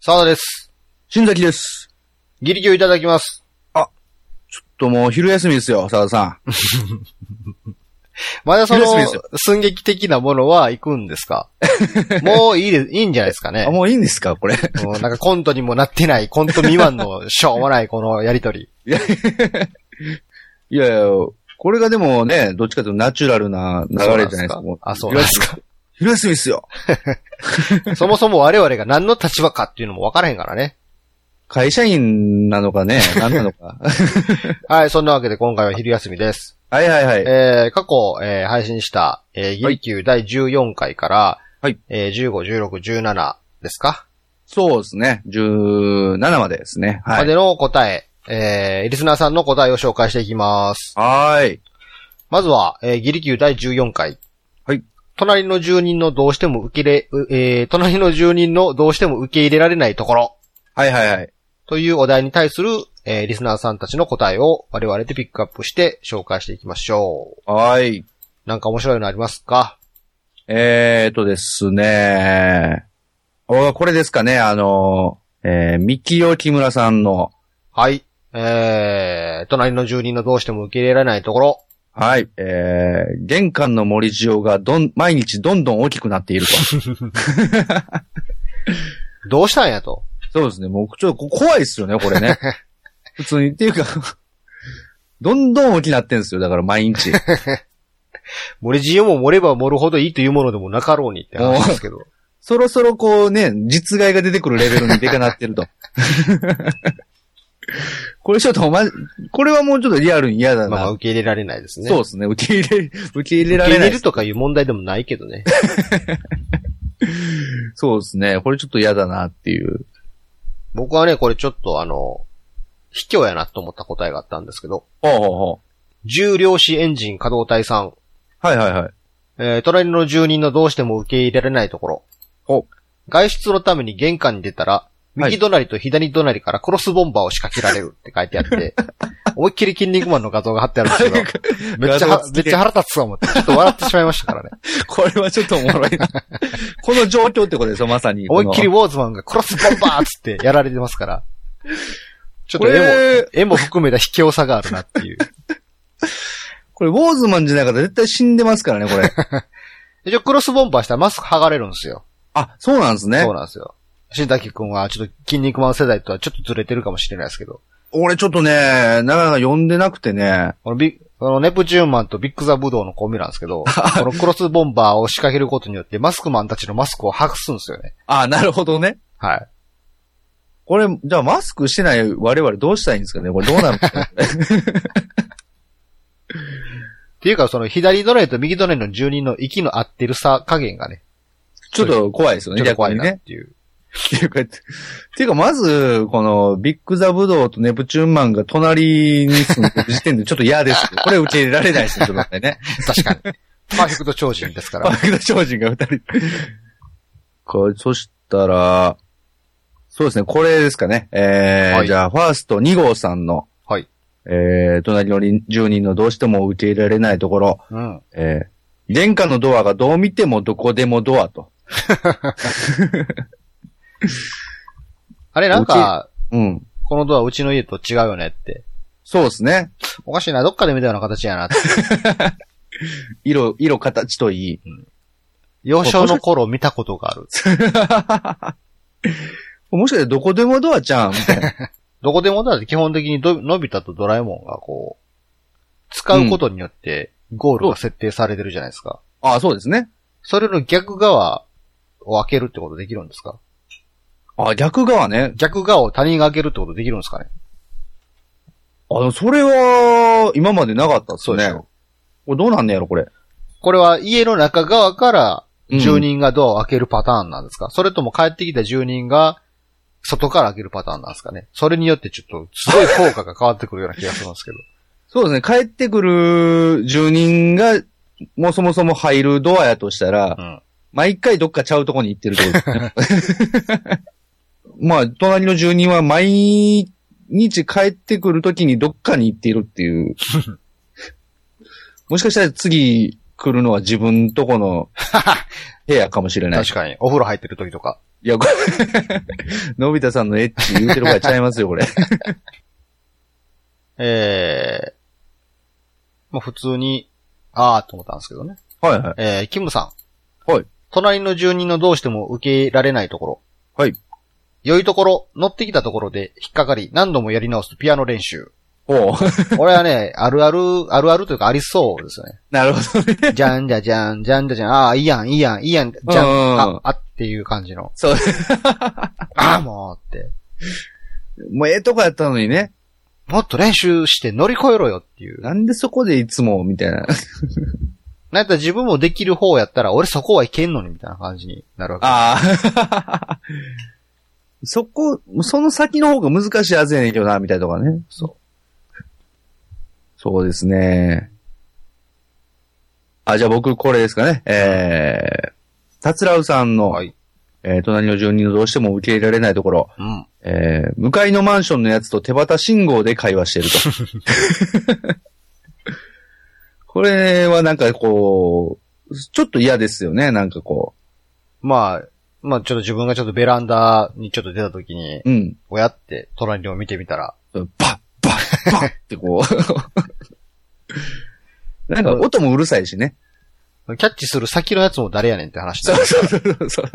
沢田です。新崎です。ギリギリいただきます。と、もう昼休みですよ、沢田さん。まだその昼休みですよ、寸劇的なものは行くんです かもういいで、いいんじゃないですかあ、ね。もういいんですかこれ。もうなんかコントにもなってない、コント未満のしょうもないこのやりとり。いやいや、これがでもね、どっちかというとナチュラルな流れじゃないですか。もあ、そうなんですか。昼休みですよ。そもそも我々が何の立場かっていうのも分からへんからね。会社員なのか ね、何なのか。はい、そんなわけで今回は昼休みです。はいはいはい。えー、過去、えー配信した、えー、ギリキュー第14回から、はいえー、15、16、17ですか、そうですね。17までですね。はまい。での答え、えー、リスナーさんの答えを紹介していきます。はーい。まずは、えー、ギリキュー第14回。はい。隣の住人のどうしても受け入れ、うえー、隣の住人のどうしても受け入れられないところはいはいはい。というお題に対する、えー、リスナーさんたちの答えを我々でピックアップして紹介していきましょう。はーい。なんか面白いのありますかえーっとですね。おこれですかね、あの、えー、三木よ木村さんの、はい。えー、隣の住人のどうしても受け入れられないところ。はい、えー、玄関の森塩がどん、毎日どんどん大きくなって いると。どうしたんやと。そうですね。もう、ちょっとこ怖いですよね、こ れね。普通に。っていうか、どんどん大きなってんですよ、だから毎日。森地をも盛れば盛るほどいいというものでもなかろうにって話ですけど。そろそろこうね、実害が出てくるレベルにでかなって ると。これちょっとま、これはもうちょっとリアルに嫌だな。まあ受け入れられないですね。そうですね。受け入れ、受け入れら受け入れなれいる。とかいう問題でもないけどね。そうですね。これちょっと嫌だなっていう。僕はね、これちょっとあの、卑怯やなと思った答えがあったんですけど、ほうほうほ重量子エンジン稼働体さん、う。はいはいはい。えー、隣の住人のどうしても受け入れられないところ。お外出のために玄関に出たら、はい右隣と左隣からクロスボンバーを仕掛けられるって書いてあ って、思いっきり筋肉マンの画像が貼ってあるんですけど、 めっちゃは画像、付めっきでちゃ腹立つと思って、ちょっと笑ってしまいましたから ね。これはちょっとおもろい な。この状況ってことでしょ、まさに。思いっきりこウォーズマンがクロスボンバーっつってやられてますから。ちょっとこ絵もれ、絵も含めた卑怯さがあるなっていう。の。これ、ウォーズマンじゃなかったら絶対死んでますからね、これ。一応クロスボンバーしたらマスク剥がれるんですよ。 あ、そうなんですね。そうなんですよ。新滝くんはちょっと筋肉マン世代とはちょっとずれてるかもしれないですけど。俺ちょっとね、なかなか読んでなくてね。このビこのネプチューンマンとビッグザブドウのコンビなんですけ ど、このクロスボンバーを仕掛けることによってマスクマンたちのマスクを剥がすんですよね。あなるほどね。はい。これ、じゃあマスクしてない我々どうしたらいいんですかねこれどうなるんですかねっていうか、その左隣と右隣の住人の息の合ってるさ加減がね、 ちょっと怖いですよちょね、っと怖い逆になっね。ていう。っていうか、っていうかまず、この、ビッグザブドウとネプチューンマンが隣に住んでる時点でちょっと嫌です。これ受け入れられないですね、ちょっと待ってね。確かに。パーフェクト超人ですかパ ら。ーフェクト超人が二人。これ、そしたら、そうですね、これですかね。えーはいじゃあ、ファースト2号さんの、はい。えー、隣の住人のどうしても受け入れられないところ、うん。えー、玄関のドアがどう見てもどこでもドアと。あれなんか、うん。このドアうちの家と違うよねって。そうですね。おかしいな、どっかで見たような形やなって。色、色、形といい。幼少の頃見たことがある。もしかしてどこでもドアじゃんみた いな。どこでもだって基本的にどのび太とドラえもんがこう、使うことによってゴールが設定されてるじゃないですか。ああ、そうですね。それの逆側を開けるってことできるんですかああ、逆側ね。逆側を他人が開けるってことできるんですかねあの、それは、今までなかったっすそうでねしょ。これどうなんねやろ、これ。これは家の中側からうん住人がドアを開けるパターンなんですか、それとも帰ってきた住人が外から開けるパターンなんですかねそれによってちょっとすごい効果が変わってくるような気がするんですけど。そうですね。帰ってくる住人が、もうそもそも入るドアやとしたら、うん。毎回どっかちゃうとこに行ってるってこ とですね。まあ、隣の住人は毎日帰ってくるときにどっかに行っているっ ていう。もしかした ら次来るのは自分とこの部屋かもしれない。確かに。お風呂入ってる時とか。いや、これ のび太さんのエッチ言うてる場合ちゃいますよ、これ。えー、まあ普通に、あーと思ったんですけどね。はいはい。えー、キムさん。はい。隣の住人のどうしても受け入れられないところ。はい。良いところ、乗ってきたところで引っかかり、何度もやり直すピアノ練習。おう これはね、 あるある、あるあるというかありそうです よね。なるほどね。じゃんじゃじゃん、じゃんじゃじゃん、ああ、いいやん、いいやん、いいやん、じゃん、うんあ、あっていう感じの。そう。ああ、もうって。もうええとこやったのにね。もっと練習して乗り越えろよっていう。なんでそこでいつも、みたいな。なんやったら自分もできる方やったら、俺そこはいけんのにみたいな感じになるわけ。ああ。 そこ、その先の方が難しいはずやねんけどな、みたいなとかね。そう。そうですね。あ、じゃあ僕、これですかね。えー、たつらうさんの、はいえー隣の住人のどうしても受け入れられないところ、うん。えー、向かいのマンションのやつと手旗信号で会話してると。 これはなんかこう、ちょっと嫌ですよね、なんかこまあ、まあちょっと自分がちょっとベランダにちょっと出た時に、う。うん。親って隣を見てみたら、バッバッバッってこう。 なんか音もうるさいしね。 キャッチする先のやつも誰やねんって話だ。そうそうそう。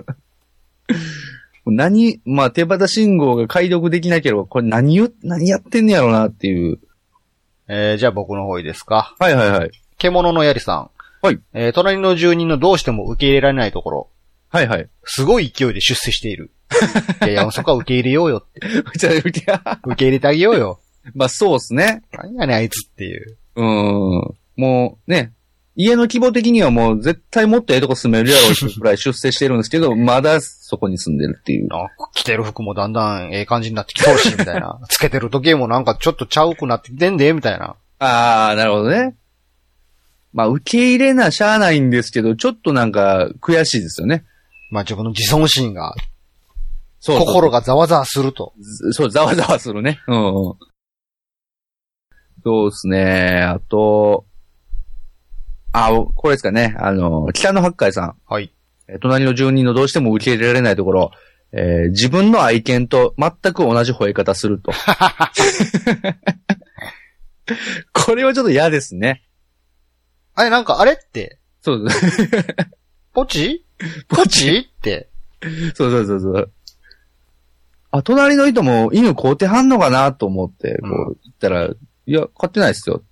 何、まあ手旗信号が解読できなければ、これ何よ、何やってんねやろうなっていう。えー、じゃあ僕の方いいですか。はいはいはい。獣のやりさん。はい。えー、隣の住人のどうしても受け入れられないところ、はいはい。 すごい勢いで出世している。いやいや、そこは受け入れようよって。じゃあ 受け入れてあげようよ。まあそうっすね。何やねん、あいつっていう。うん。もうね、家の規模的にはもう絶対もっとええとこ住めるやろうってくらい出世してるんです けど、まだそこに住んでるっていう。なんか着てる服もだんだんええ感じになってきそうし、みたい な。つけてる時計もなんかちょっとちゃうくなってきてんで、みたいな。ああ、なるほどね。まあ、受け入れなしゃあないんですけど、ちょっとなんか悔しいですよね。まあ自分の自尊心が、そ心。がざわざわすると。そう、ざわざわするね。うんうん。そうですね。あと、あ、これですかね。あの、北の八海さん。はい。えー隣の住人のどうしても受け入れられないところ、えー自分の愛犬と全く同じ吠え方する と。これはちょっと嫌ですね。あれ、なんかあれって、そうです。ポチポチって。そうそうそうそう。あ、隣の人も犬買うてはんのかなと思って、こうう、言ったら、いや、買ってないっ すよ。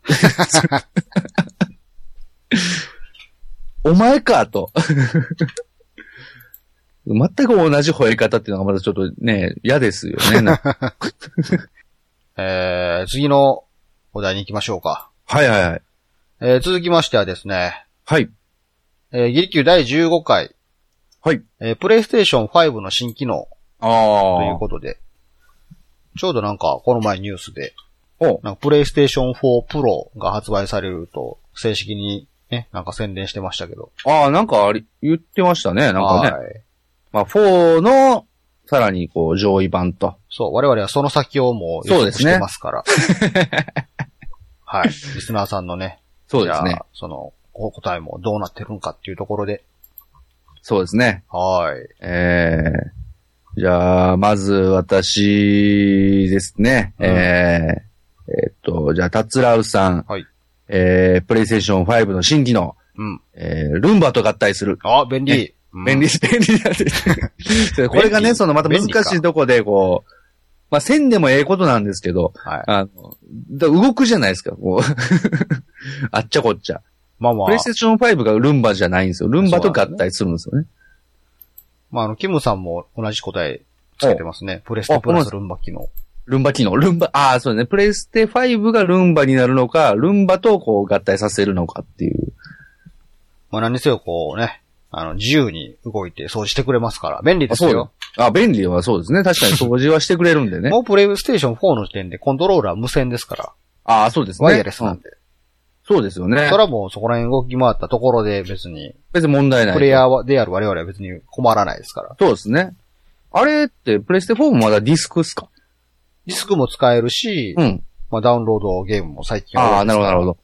お前か、と。全く同じ吠え方っていうのがまだちょっとね、嫌ですよ ね。なえー、次のお題に行きましょうか。はいはいはい。えー、続きましてはですね、はい。えー、ギリキュー第15回、はい。えー、プレイステーション5の新機能というあことで、ちょうどなんか、この前ニュースで、あ。おなんか、プレイステーション4プロが発売されると、正式にね、なんか宣伝してましたけど。ああ、なんかあり、言ってましたね。なんかね。はい。まあ、4の、さらにこう、上位版と。そう、我々はその先をもう予測してますから。 はい。リスナーさんのね、そうですじねゃ。あその、お答えもどうなってるのかっていうところで。そうですね。はい。えー、じゃあ、まず私ですね。うんえー、えーっと、じゃあ、タツラウさん。はい。えー、プレイステーション5の新機能。うん。えー、ルンバと合体する。あ、便利。便利、便利 だって。これが便ね、利そのまた難しいとこで、こう、まあ、せんでもええことなんですけど、はいあの、だ動くじゃないですか、こう。 あっちゃこっちゃ。まあまあプレイス、テーション5がルンバじゃないんですよ。ルンバと合体するんですよね。まあ、あの、キムさんも同じ答えつけてますね。プレステプラスルンバ機能。ルンバ機能。ルンバ、ああ、そうだね。プレイステ5がルンバになるのか、ルンバとこう合体させるのかっていう。まあ、何にせよ、こうね、あの、自由に動いて掃除してくれますから、便利ですよ。よ。あ、便利はそうですね。確かに掃除はしてくれるん でね。もうプレイステーション4の時点でコントローラー無線ですから、ああ、そうですね。ワイヤレスなんで。そうですよねそ。れはもうそこら辺動き回ったところで別に、別に問題ない。プレイヤーはである我々は別に困らないですから。そうですね。あれって、プレステ4もまだディスクっすかディスクも使えるし、うん。まあダウンロードゲームも最近あは多あ、いでなするかほらど、なるほど。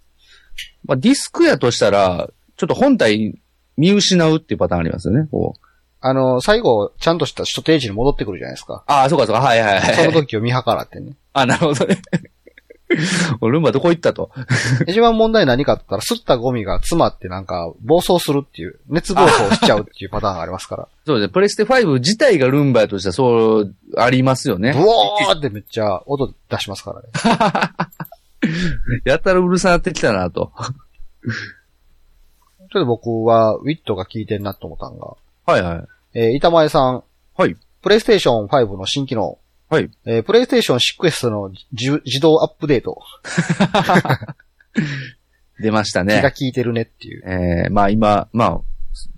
まあ、ディスクやとしたら、ちょっと本体見失うっていうパターンありますよね。こうあの、最後、ちゃんとした首都定時に戻ってくるじゃないですか。ああ、そうかそうか。はいはいはい。その時を見計らってね。 あ、なるほどね。 ルンバどこ行ったと。一番問題何かって言ったら、吸ったゴミが詰まってなんか、暴走するっていう、熱暴走しちゃうっていうパターンがありますから。 そうですね。プレステ5自体がルンバとしてはそう、ありますよブね。ワーってめっちゃ音出しますからね。やったらうるさなってきたなと。ちょっと僕は、ウィットが効いてんなと思ったんが、はいはい。えー板前さん。はい。プレイステーション5の新機能。はい。えープレイステーション6の自自動アップデート出ましたがね。効いてるねっていう。えー、まあ今、まあ、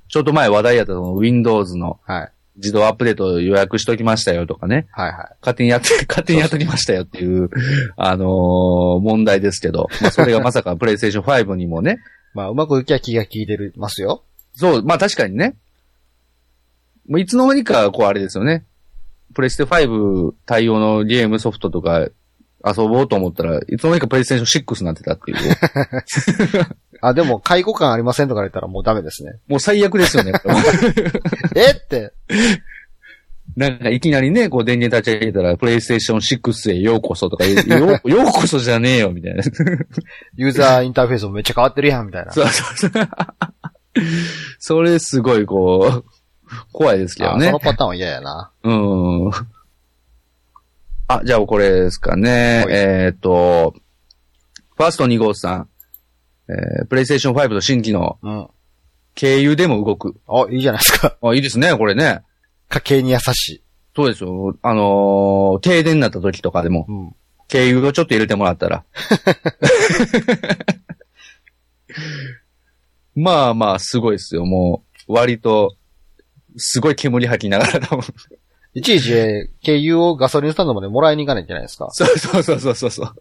ちょっと前話題やったその Windows のはい。自動アップデートを予約しときましたよとかね。はいは勝手 にやって、勝手にやっときましたよっていう、あのー問題ですけど。まあそれがまさか PlayStation 5にもね。い。まあ、うまくいきゃ気が利いてるますよ。そう、まあ確かにね。もういつの間にか、こうあれですよね。プレステ5対応のゲームソフトとか遊ぼうと思ったら、いつの間にかプレイステーション6になってたっ ていう。あ、でも、介護感ありませんとか言ったらもうダメですね。 もう最悪ですよね。 えって、なんかいきなりね、こう電源立ち上げたら、プレイステーション6へようこそとか言う、ようようこそじゃねえよみたい な。ユーザーインターフェースもめっちゃ変わってるやん、みたいな。そうそうそう。それすごいこう、怖いですけどあねその。パターンは嫌やな。うん。あ、じゃあこれですかね。はいえっ、と、ファースト2号さん。えー、PlayStation 5の新機能、うん。経由でも動く。あ、いいじゃないですか。 あ、いいですね、これね。家計に優しい。そうですよ。あのー停電になった時とかでも、うん。経由をちょっと入れてもらった ら。まあまあ、すごいですよ。もう、割と、すごい煙吐きながら多分いちいち、えー軽油をガソリンスタンドまでもらいに行かないといけない ですか。そうそうそうそうそうそう。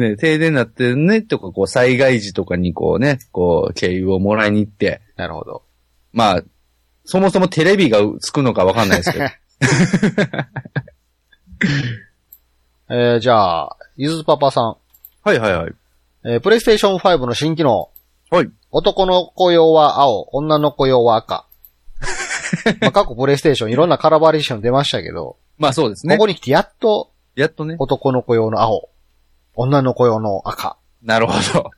ね、停電になってね、とか、こう、災害時とかにこうね、こう、経由をもらいに行って、なるほど。まあ、そもそもテレビがつくのかわかんないですけど、えーじゃあ、ゆずパパさん。 はいはいはい。えー、プレイステーション5の新機能。はい。男の子用は青、女の子用は 赤。まあ、過去プレイステーションいろんなカラーバリエーション出ましたけど、まあそうですこね。こに来てやっとやっとね。男の子用の青、女の子用の赤、なるほど。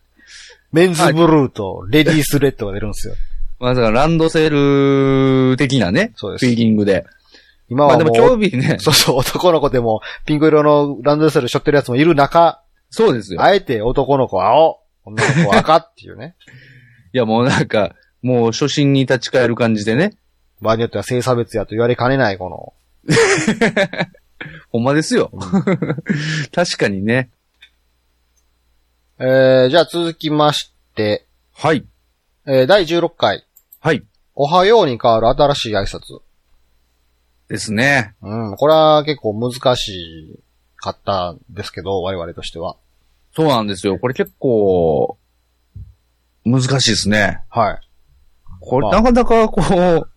メンズブルーとレディースレッドが出るんです よ。まさかランドセル的なね、そうですフィーリングで。今まあはでもも、う、興味ね、そうそう、男の子でもピンク色のランドセル背負ってるやつもいる中、そうですよ。あえて男の子は青、女の子は赤っていうね。 いやもうなんか、もう初心に立ち返る感じでね、場合によっては性差別やと言われかねないこの、ほんまですよ。 確かにね。えー、じゃあ続きまして、はい。えー第16回、はい。おはように変わる新しい挨拶。ですね。うん、これは結構難しかったんですけど、我々としては。そうなんですよ。これ結構、難しいですね。はい。これ、まあなかなかこう、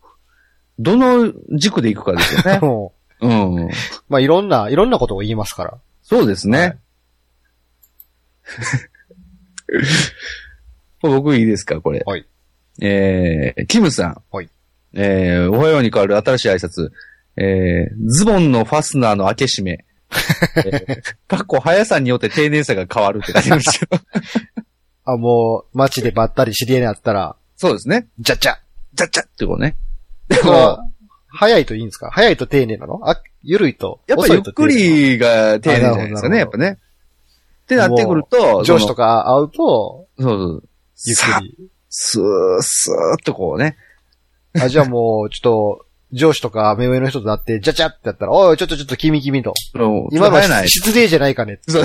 どの軸でいくかですよね。 も うん。うまあ、いろんな、いろんなことを言いますから。そうですね。はいこれ 僕いいですか、これ。はい。えー、キムさん。はい。えー、おはように変わる新しい挨拶。えー、ズボンのファスナーの開け閉め。えー かっこ速さによって丁寧さが変わるって書いてあるんですよ。 あ、もう、街でばったり知り合いになったら、そうですね。じゃじ ゃちゃっちゃってことね。でこれは、早いといいんですか早いと丁寧なのあ、ゆるいと。やっぱ遅ゆっいと丁く寧なの。りが丁寧じゃないですあかね、なやるっほぱね。ってなってくると、上司とか会うと、そのそうそう。ゆさっあくり。スー、スーっとこうね。あ、じゃあもう、ちょっと、上司とか目上の人となって、じゃじゃってやったら、おい、ちょっとちょっと、君君と。今今ののない。失礼じゃないかね。そう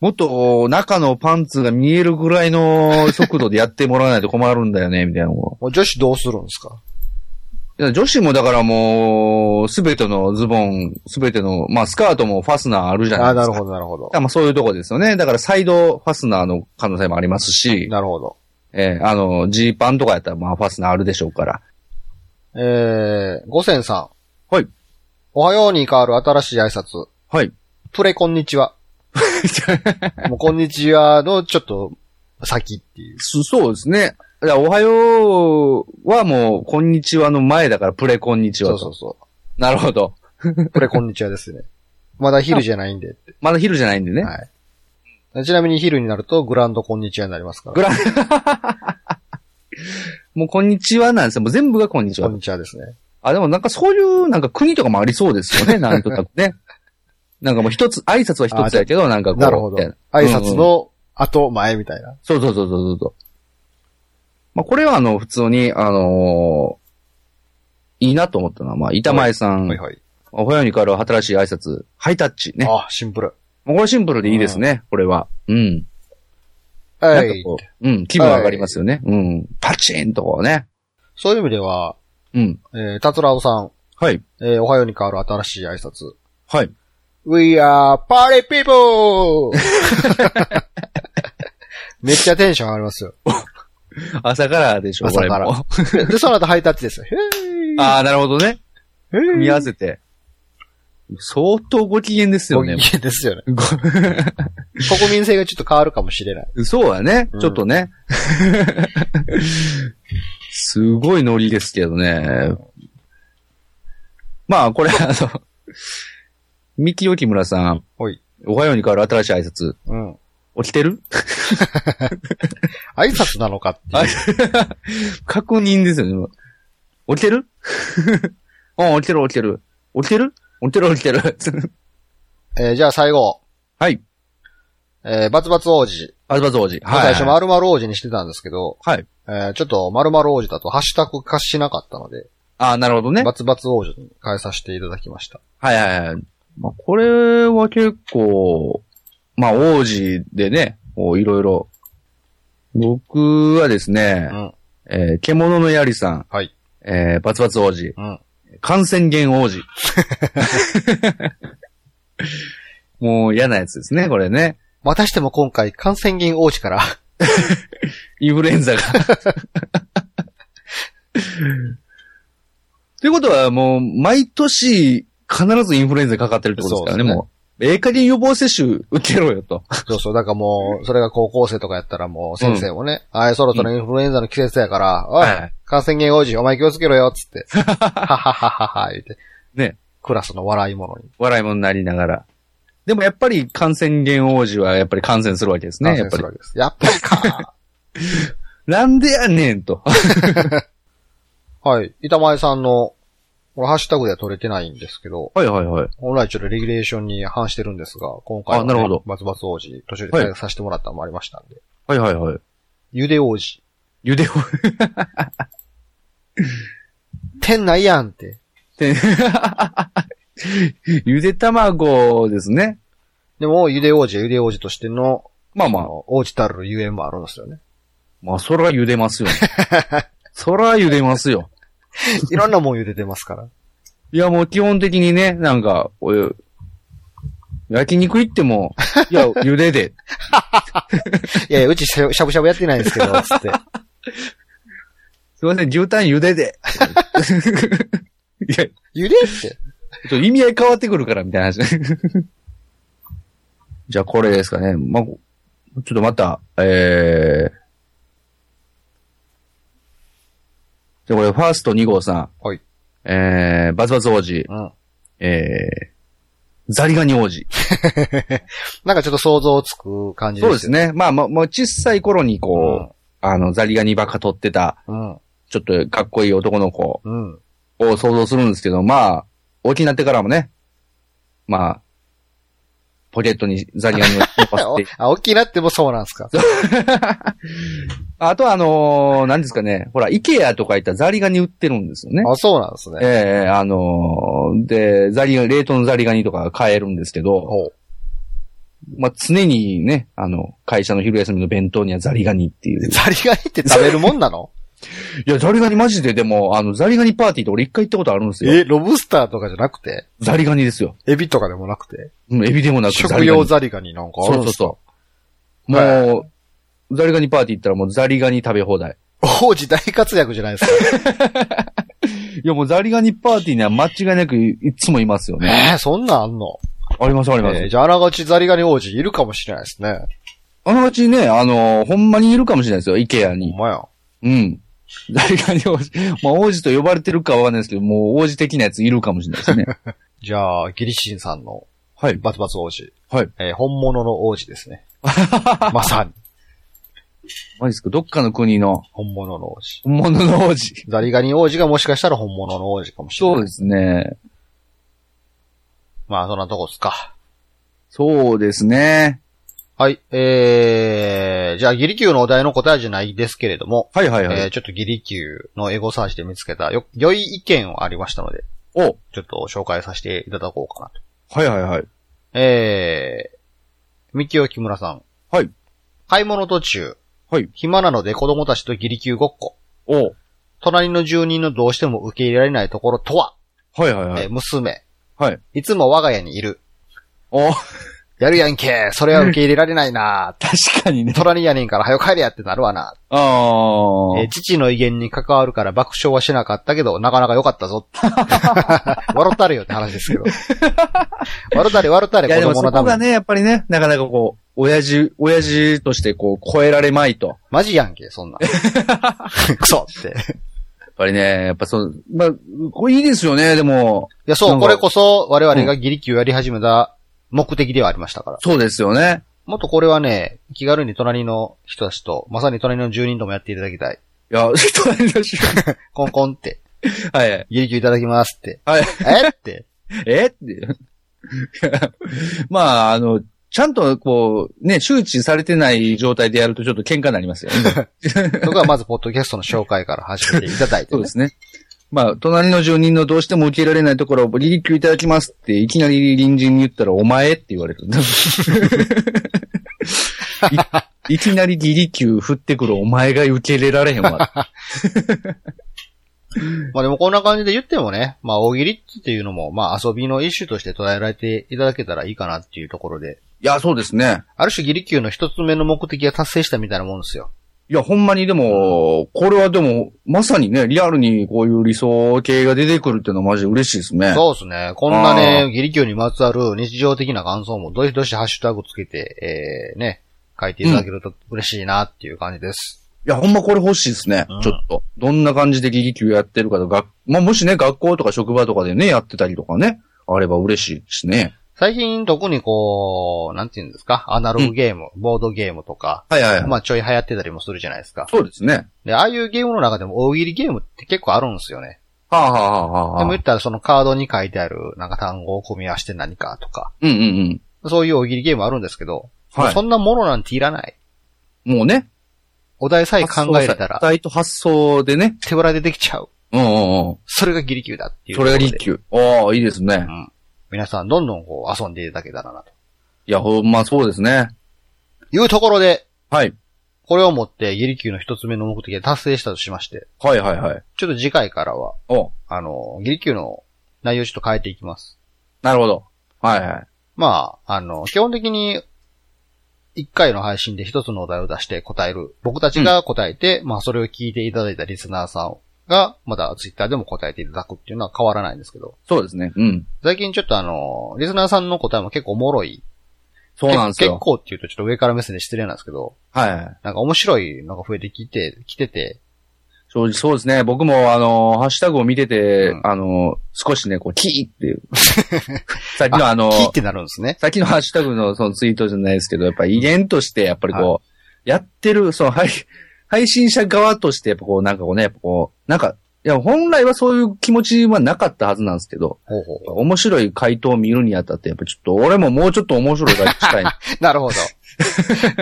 もっと中のパンツが見えるぐらいの速度でやってもらわないと困るんだよね、みたいなももう女子どうするんですかう。いや女子もだからもう、すべてのズボン、すべての、まあスカートもファスナーあるじゃなあ、いでなするか。ほど、なるほどだか。らまあそういうとこですよね。だからサイドファスナーの可能性もありますし、なるほど。えーあの、ジーパンとかやったらまあファスナーあるでしょうから。えー、五千さん。はい。おはように変わる新しい挨拶。 はい。プレこんにちは。 もうこんにちはのちょっと先っていう。そそうですね。だからおはようはもう、こんにちはの前だから、プレこんにちはそと。うそうそなるほど。う。これこんにちはですね。 まだ昼じゃないんでって。まだ昼じゃないんでね。はい。ちなみに昼になるとグランドこんにちはになりますから。グラン、もうこんにちはなんですよ。もう全部がこんにちこはん。にちはですね。あ、でもなんかそういう、なんか国とかもありそうですよ ね。なんとなくね。なんかもう一つ、挨拶は一つだけど、 なんかこう。なるほどみたいな。挨拶の後前みたいな。そうそうそうそうそう。まあこれはあの、普通に、あのーいいなと思ったのは、まあ、板前さん、はいはい。おはように変わる新しい挨拶、ハイタッチね。あ、シンプル。もうこれシンプルでいいですね、これは。うん。はなんかい。こう、うん、気分上がりますよね。うん。パチンとこうね。そういう意味では、うん。えー、たつらおさん、はい。えー、おはように変わる新しい挨拶。はい。 We are party people! めっちゃテンション上がりますよ。朝からでしょ、朝からこれもで、その後ハイタッチですよ。へー ああ、なるほどね。へー組み合わせて。相当ご機嫌ですよねご。機嫌ですよね。国民性がちょっと変わるかもしれない。ごそうだねうん。ちょっと ね。すごいノリですけどね。まあ、これ、あの、三木よきむらさん。ほい。おはように変わる新しい挨拶。うん。起きてる挨拶なのかってあいう。確認ですよね。起きてる うん、起きてる、起きてる。起きてる起きてる、起きてる。 えー、じゃあ最後。はい。えー、バツバツ王子。アルバゾ王子。はい。最初、まるまる王子にしてたんですけど、はい。えー、ちょっと、まるまる王子だとハッシュタグ化しなかったので、ああ、なるほどね。バツバツ王子に変えさせていただきました。はいはいはい。まあ、これは結構、まあ、王子でね、こういろいろ。僕はですねう、ん。えー獣の槍さん、はい。えーバツバツ王子、うん。感染 源王子。 もう嫌なやつですね、これね。またしても今回、感染源王子 から、インフルエンザ が。ということは、もう、毎年、必ずインフルエンザにかかってるってことですからね、そうですねもう。ええ加減予防接種受けろよと。そうそう、だからもう、それが高校生とかやったらもう、先生もね、あい、そろそろインフルエンザの季節やから、おい、はい感染源王子、お前気をつけろよ、つ って、ははははは、言うて、ね。クラスの笑い者に。笑い物になりながら。でもやっぱり感染源王子はやっぱり感染するわけですね、やっぱり感染するわ。けですやっぱりか。なんでやねんと。はい。板前さんの、これハッシュタグでは取れてないんですけど、はいはいはい。本来ちょっとレギュレーションに反してるんですが、今回は、ね、あなるほどバツバツ王子、途中で変えさせてもらったのもありましたんで、はいはいはい。ゆで王子、ゆでお天ないやんって。て、 ゆで卵ですね。でも、ゆで王子はゆで王子としての、まあままああ、、王子たるゆえんもあるんですよ ね。まあそらゆでます よ、ね。そらゆでますよ。いろんなもん茹でてますから。いやもう基本的にね、なんか、お湯焼肉行っ ても、いや、ゆでで。いやいや、うちしゃぶしゃぶやってないんですけど、つ って。すいません、牛タンゆ でで。いや、茹でって。ちょっと意味合い変わってくるから、みたいな話 ね。じゃあ、これですかね。まあ、ちょっとまた、えー。じゃあ、これ、ファースト2号さん。はい。えー、バツバツ王子。うん。えー、ザリガニ王子。なんかちょっと想像つく感じそうでですすね。まあ、まあ、もう小さい頃に、こう、あの、ザリガニばっか取ってた、うん。ちょっとかっこいい男の子うん。を想像するんですけど、まあ、大きになってからもね、まあ、ポケットにザリガニを伸ば して、あ、大きいなってもそうなんですか。あとはあのー、何ですかね、ほら、イケアとか行ったらザリガニ売ってるんですよね。あ、そうなんですね。ええあのー、で、ザリガニ、冷凍のザリガニとか買えるんですけど、ほう。まあ、常にね、あの、会社の昼休みの弁当にはザリガニっていう。ザリガニって食べるもんな のいや、ザリガニマジででも、あの、ザリガニパーティーって俺一回行ったことあるんですよ。え、ロブスターとかじゃなくてザリガニですよ。エビとかでもなくてうん、エビでもなく食ザリガニ用。ザリガニなんかあそるうんそでうすかそう。もう、ザリガニパーティー行ったらもうザリガニ食べ放題。王子大活躍じゃないですか。いやもうザリガニパーティーには間違いなくいいつもいますよ ね。えー、そんなんあんのありますあります。えーじゃあ、あながちザリガニ王子いるかもしれないですね。あのうちね、あのほんまにいるかもしれないですよ、イケアほんに。まや。うん。誰かに王子、まあ王子と呼ばれてるかはわかんないですけど、もう王子的なやついるかもしれないですね。 じゃあ、ギリシンさんのはい。バツバツ王子。はい。えー本物の王子ですね。 まさに、マジですかどっかの国の本物の王子。本物の王子。ザリガニ王子がもしかしたら本物の王子かもしれない。そうですね。まあ、そんなとこっすか。そうですね。はい。えー、じゃあ、ギリキューのお題の答えじゃないですけれども、はいはいはい。えー、ちょっとギリキューのエゴサーチで見つけたよ、良い意見をありましたので、おちょっと紹介させていただこうかなと。はいはいはい。えー、三木尾木村さん。はい。買い物途中。はい。暇なので子供たちとギリキューごっこ。お隣の住人のどうしても受け入れられないところとは、はいはいはえーい。娘。はい。いつも我が家にいる。お やるやんけ。それは受け入れられないな。確かにね。隣やねんから早く帰れやってなるわな。ああ。えー父の威厳に関わるから爆笑はしなかったけど、なかなか良かったぞ。 笑ったれよって話ですけ ど。笑ったれ、笑ったれ、いや子でも供そのこためがに。ね、やっぱりね、なかなかこう、親父、親父としてこう、超えられまいと。やマジやんけ、そ んなん。クソって。っぱりね、やっぱそう、まあ、これいいですよね、でも。いや、なそんう、かこれこそ我々がギリキューやり始めた目的ではありましたから。そうですよね。もっとこれはね、気軽に隣の人たちと、まさに隣の住人ともやっていただきたい。いや、 隣の人コンコンって、はい。ギリキューいただきますって。はい。えって。えって。まあ、あの、ちゃんとこう、ね、周知されてない状態でやるとちょっと喧嘩になりますよね。そこはまず、ポッドキャストの紹介から始めていただいて、 そうですね。まあ、隣の住人のどうしても受け入れられないところを離陸いただきますって、いきなり隣人に言ったら、お前って言われる。 いいきなり離陸振ってくるお前が受け入れられへんわ。まあでもこんな感じで言ってもね、まあ大喜利っていうのも、まあ遊びの一種として捉えられていただけたらいいかなっていうところで、いや、そうですね。ある種ギリキューの一つ目の目的が達成したみたいなもんですよ。いや、ほんまにでも、これはでも、まさにね、リアルにこういう理想系が出てくるっていうのはマジ嬉しいですね。そうですね。こんなあね、ギリキューにまつわる日常的な感想も、どしどしハッシュタグつけて、えー、ね、書いていただけると嬉しいなっていう感じです。いや、ほんまこれ欲しいですね。うんちょっと。どんな感じで技術やってるかとか、まあ、もしね、学校とか職場とかでね、やってたりとかね、あれば嬉しいですね。最近特にこう、なんていうんですか、アナログゲーム、ボードゲームとか、はいはいはい。まあちょい流行ってたりもするじゃないですか。そうですね。で、ああいうゲームの中でも大喜利ゲームって結構あるんですよね。はあ、はあはあはでもあ言、ったらそのカードに書いてあるなんか単語を組み合わせて何かとか、うんうんうん。そういう大喜利ゲームあるんですけど、はいそんなものなんていらない。もうね。お題さえ考えれた発ら、想と発想でね。手ぶらでできちゃう。うんうんうん。それがギリキューだっていうそれがところ技で。術。ああ、いいですねう。ん。皆さんどんどんこう遊んでいただけたらなと。いや、ほんまそうですね。いうところで、はい。これをもってギリキューの一つ目の目的が達成したとしまして、はいはいはい。ちょっと次回からは、おあの、ギリキューの内容をちょっと変えていきます。なるほど。はいはい。まあ、あの、基本的に、一回の配信で一つのお題を出して答える。僕たちが答えて、まあ、それを聞いていただいたリスナーさんが、またツイッターでも答えていただくっていうのは変わらないんですけど、そうですね。うん。最近ちょっとあの、リスナーさんの答えも結構おもろい。そうなんですけ結よ。構っていうとちょっと上から目線で失礼なんですけど、はいはい。なんか面白いのが増えてきて、きてて、正直そうですね。僕も、あの、ハッシュタグを見てて、うんあの、少しね、こう、キーって いう。さっきのあの、キーってなるんですね。さっきのハッシュタグのそのツイートじゃないですけど、やっぱり威厳として、やっぱりこう、やってる、その、配、配信者側として、やっぱこう、なんかこうね、やっぱこう、なんか、いや、本来はそういう気持ちはなかったはずなんですけど、ほうほうほ面白い回答を見るにあたって、やっぱちょっと、俺ももうちょっと面白い回答したい。うな るほど。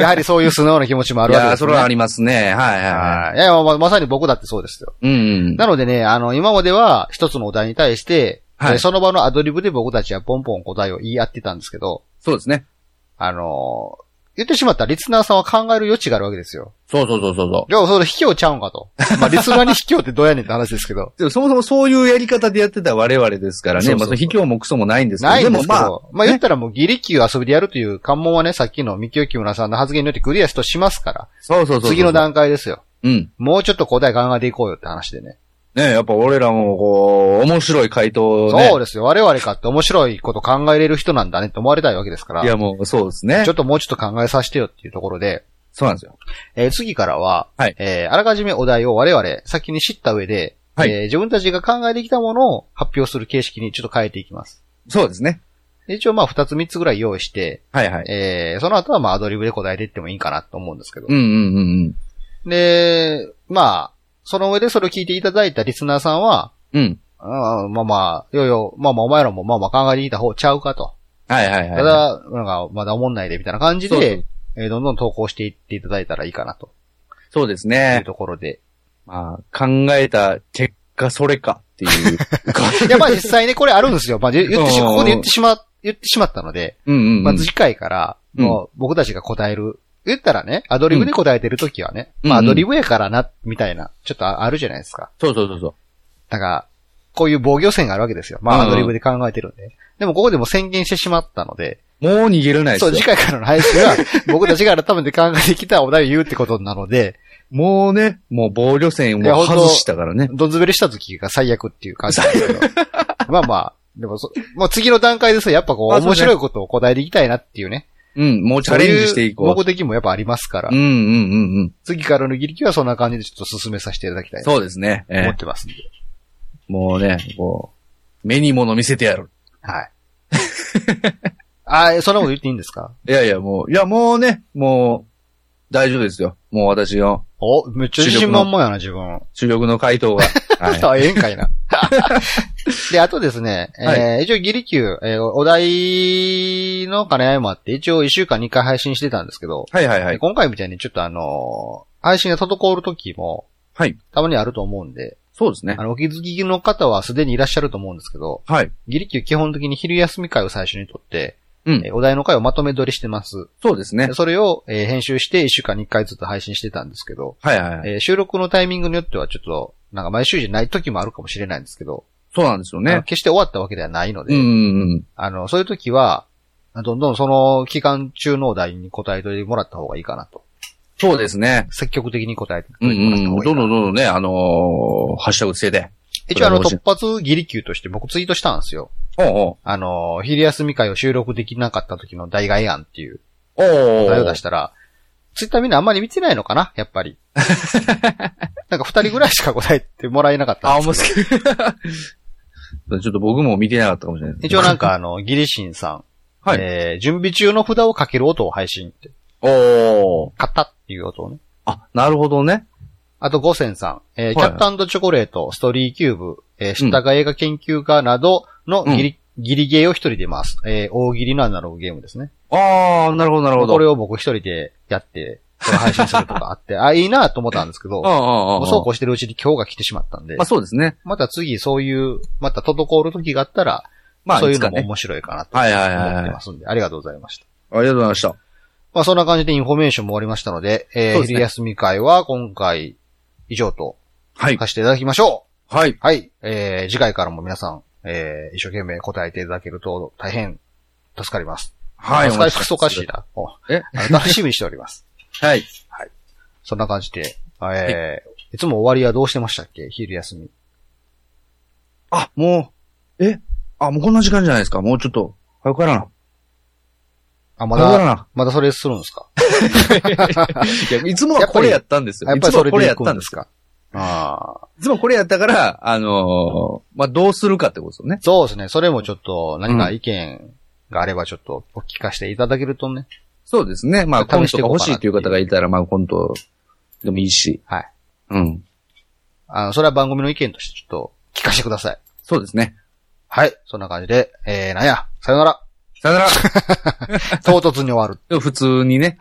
やはり そういう素直な気持ちもあいるわけや、ですそね。れはありますね。はいはいははい。いや、まあまさに僕だってそうですよ。い。うん。なのでね、あの、今までは一つのお題に対して、はいえーその場のアドリブで僕たちはポンポン答えを言い合ってたんですけど、そうですね。あのー言ってしまったらリスナーさんは考える余地があるわけですよ。そうそうそうそうそう。じゃあ、それ卑怯ちゃうんかと。 まあ、リスナーに卑怯ってどうやねんって話ですけど。でもそもそもそういうやり方でやってた我々ですからそね。うそうそうまあ、その卑怯もクソもないんですけど。ないんですけど、もままあ、あ、言ったらもうギリキュー遊びでやるという関門はね、さっきの三木木村さんの発言によってクリアしとしますから、そうそうそうそう。次の。段階ですよ。うん。もうちょっと答え考えていこうよって話でね。ねやっぱ俺らもこう、面白い回答をね。そうですよ。我々かって面白いこと考えれる人なんだねって思われたいわけですから。いやもう、そうですねちょ。っともうちょっと考えさせてよっていうところで、そうなんですよ。えー次からは、はいえーあらかじめお題を我々先に知った上で、はいえー自分たちが考えてきたものを発表する形式にちょっと変えていきます。そうですね。で一応まあ2つ3つぐらい用意して、はいはい。えーその後はまあアドリブで答えていってもいいかなと思うんですけど。うんうんうんで、まあ、その上でそれを聞いていただいたリスナーさんは、うん。うん。あーまあまあ、よいよ、まあまあお前らもまあまあ考えてきた方ちゃうかと。はいはいはい。ただ、なんかまだ思んないでみたいな感じそうそうで、えーどんどん投稿していっていただいたらいいかなとそうですいうね。ところで。まあ、考えた結果それかっ ていう。いや、まあ実際ね、これあるんですよ。まあ言言ってし、うんここで言ってしま、言ってしまったので、うんうんうん。まあ次回から、うんもう僕たちが答える。言ったらね、アドリブで答えてる時はね、うんまあアうんうんドリブやからな、みたいな、ちょっとあるじゃないですか。そうそうそうそう。だから、こういう防御線があるわけですよ。まうんあうんアドリブで考えてるんで。でもここでも宣言してしまったので、もう逃げれないですそう、よ。次回からの配信は、僕たちが改めて考えてきたお題を言うってことなので、もうね、もう防御線いやを本当外したからね。どんずべりした時が最悪っていう感じなんですけど。まあまあ、でもそ、まあ次の段階ですよ。やっぱこう、あそうね面白いことを答えていきたいなっていうね。うん、もうチャレンジしていこそうう。いう目的もやっぱありますから。うんうんうんうん。次からの切り気はそんな感じでちょっと進めさせていただきたいなとそうですね。え思えってますんで。もうね、こう、目に物見せてやる。 はい。あーそんなこと言っていいんですかいやいや、もう、いや、もうね、もう、大丈夫ですよ。もう私のお、めっちゃ自信満々やな、自分。主力の回答 が。はあ、ええんかいな。で、あとですね、えーは一応ギリキュー、えーお題の兼ね合いもあって、一応一週間2回配信してたんですけど、い。はいはいはい。今回みたいにちょっとあのー配信が滞る時も、はい。たまにあると思うんで、そうですねあ。の、お気づきの方はすでにいらっしゃると思うんですけど、はい。ギリキュー基本的に昼休み会を最初に撮って、うんえーお題の回をまとめ撮りしてます。そうですねで。それを、えー編集して1週間に1回ずつ配信してたんですけど、はいはいはい。えー収録のタイミングによってはちょっと、なんか毎週じゃない時もあるかもしれないんですけど、そうなんですよあのね。決して終わったわけではないのうで、んうんうん。あの、そういう時は、どんどんその期間中のお題に答えてもらった方がいいかなと。そうですね。積極的に答えてうんもうらったん方うん。がいいどんかな。どんどんどんね、あのー、ハッシュタグつけて。一応あの、これはどうし突発ギリ級として僕ツイートしたんですよ。おうおうあの、昼休み会を収録できなかった時の代替案っていうおうおお題うを出したら、ツイッターみんなあんまり見てないのかなやっぱ り。なんか二人ぐらいしか答えてもらえなかったんあ、ですもう好き。ちょっと僕も見てなかったかもしれない。一応なん。かあの、 ギリシンさん。はいえー準備中の札をかける音を配信って。おー。買ったっていう音をね。あ、なるほどね。あと、ゴセンさん。えーはいはいキャットチョコレート、ストーリーキューブ、えー、知ったが映画研究家などのギリ、ギリゲーを一人で回す。えー大喜利のアナログゲームですね。あー、なるほどなるほど。これを僕一人でやって、これ配信するとかあって、 あ、いいなと思ったんですけど、うんうんうんもう。うんそうこうしてるうちに今日が来てしまったんでまあ、そうですね。また次そういう、また滞る時があったら、まあ、そういうつかのもね。面白いかなとはいはいはい思はい。あっりてがますんで、ありがとうございました。とうございました。まあそんな感じでインフォメーションも終わりましたので、えーそうですね昼休み会は今回以上とはい。させていただきましょはい。うはい、えー次回からも皆さん、えー一生懸命答えていただけると大変助かります。はい。助かりくそおかしいな。おえあの楽しみにしております。はい。そんな感じで、えーいつも終わりはどうしてましたっけ昼休み。あ、もう、えあ、もうこんな時間じゃないですか。もうちょっと、早く帰らな。あ、ま早く帰ら だ、な。まだそれするんですかいや、いつもはこれやったんですよ。やっぱりそれいつもはでこれややっったたんんでですすか。かああ。いつもこれやったから、あのー、まあ、どうするかってことですよね。そうですね。それもちょっと何か意見があればちょっとお聞かせていただけるとね。そうですね。まあ、コン試しトていがこう欲かしないっとていいうう方がいたら、まあ、コントでもいいし。はい。うん。あの、それは番組の意見としてちょっと聞かせてください。そうですね。はい。そんな感じで、えー、なんや、さよなら。さよなら。唐突に終わる。でも普通にね。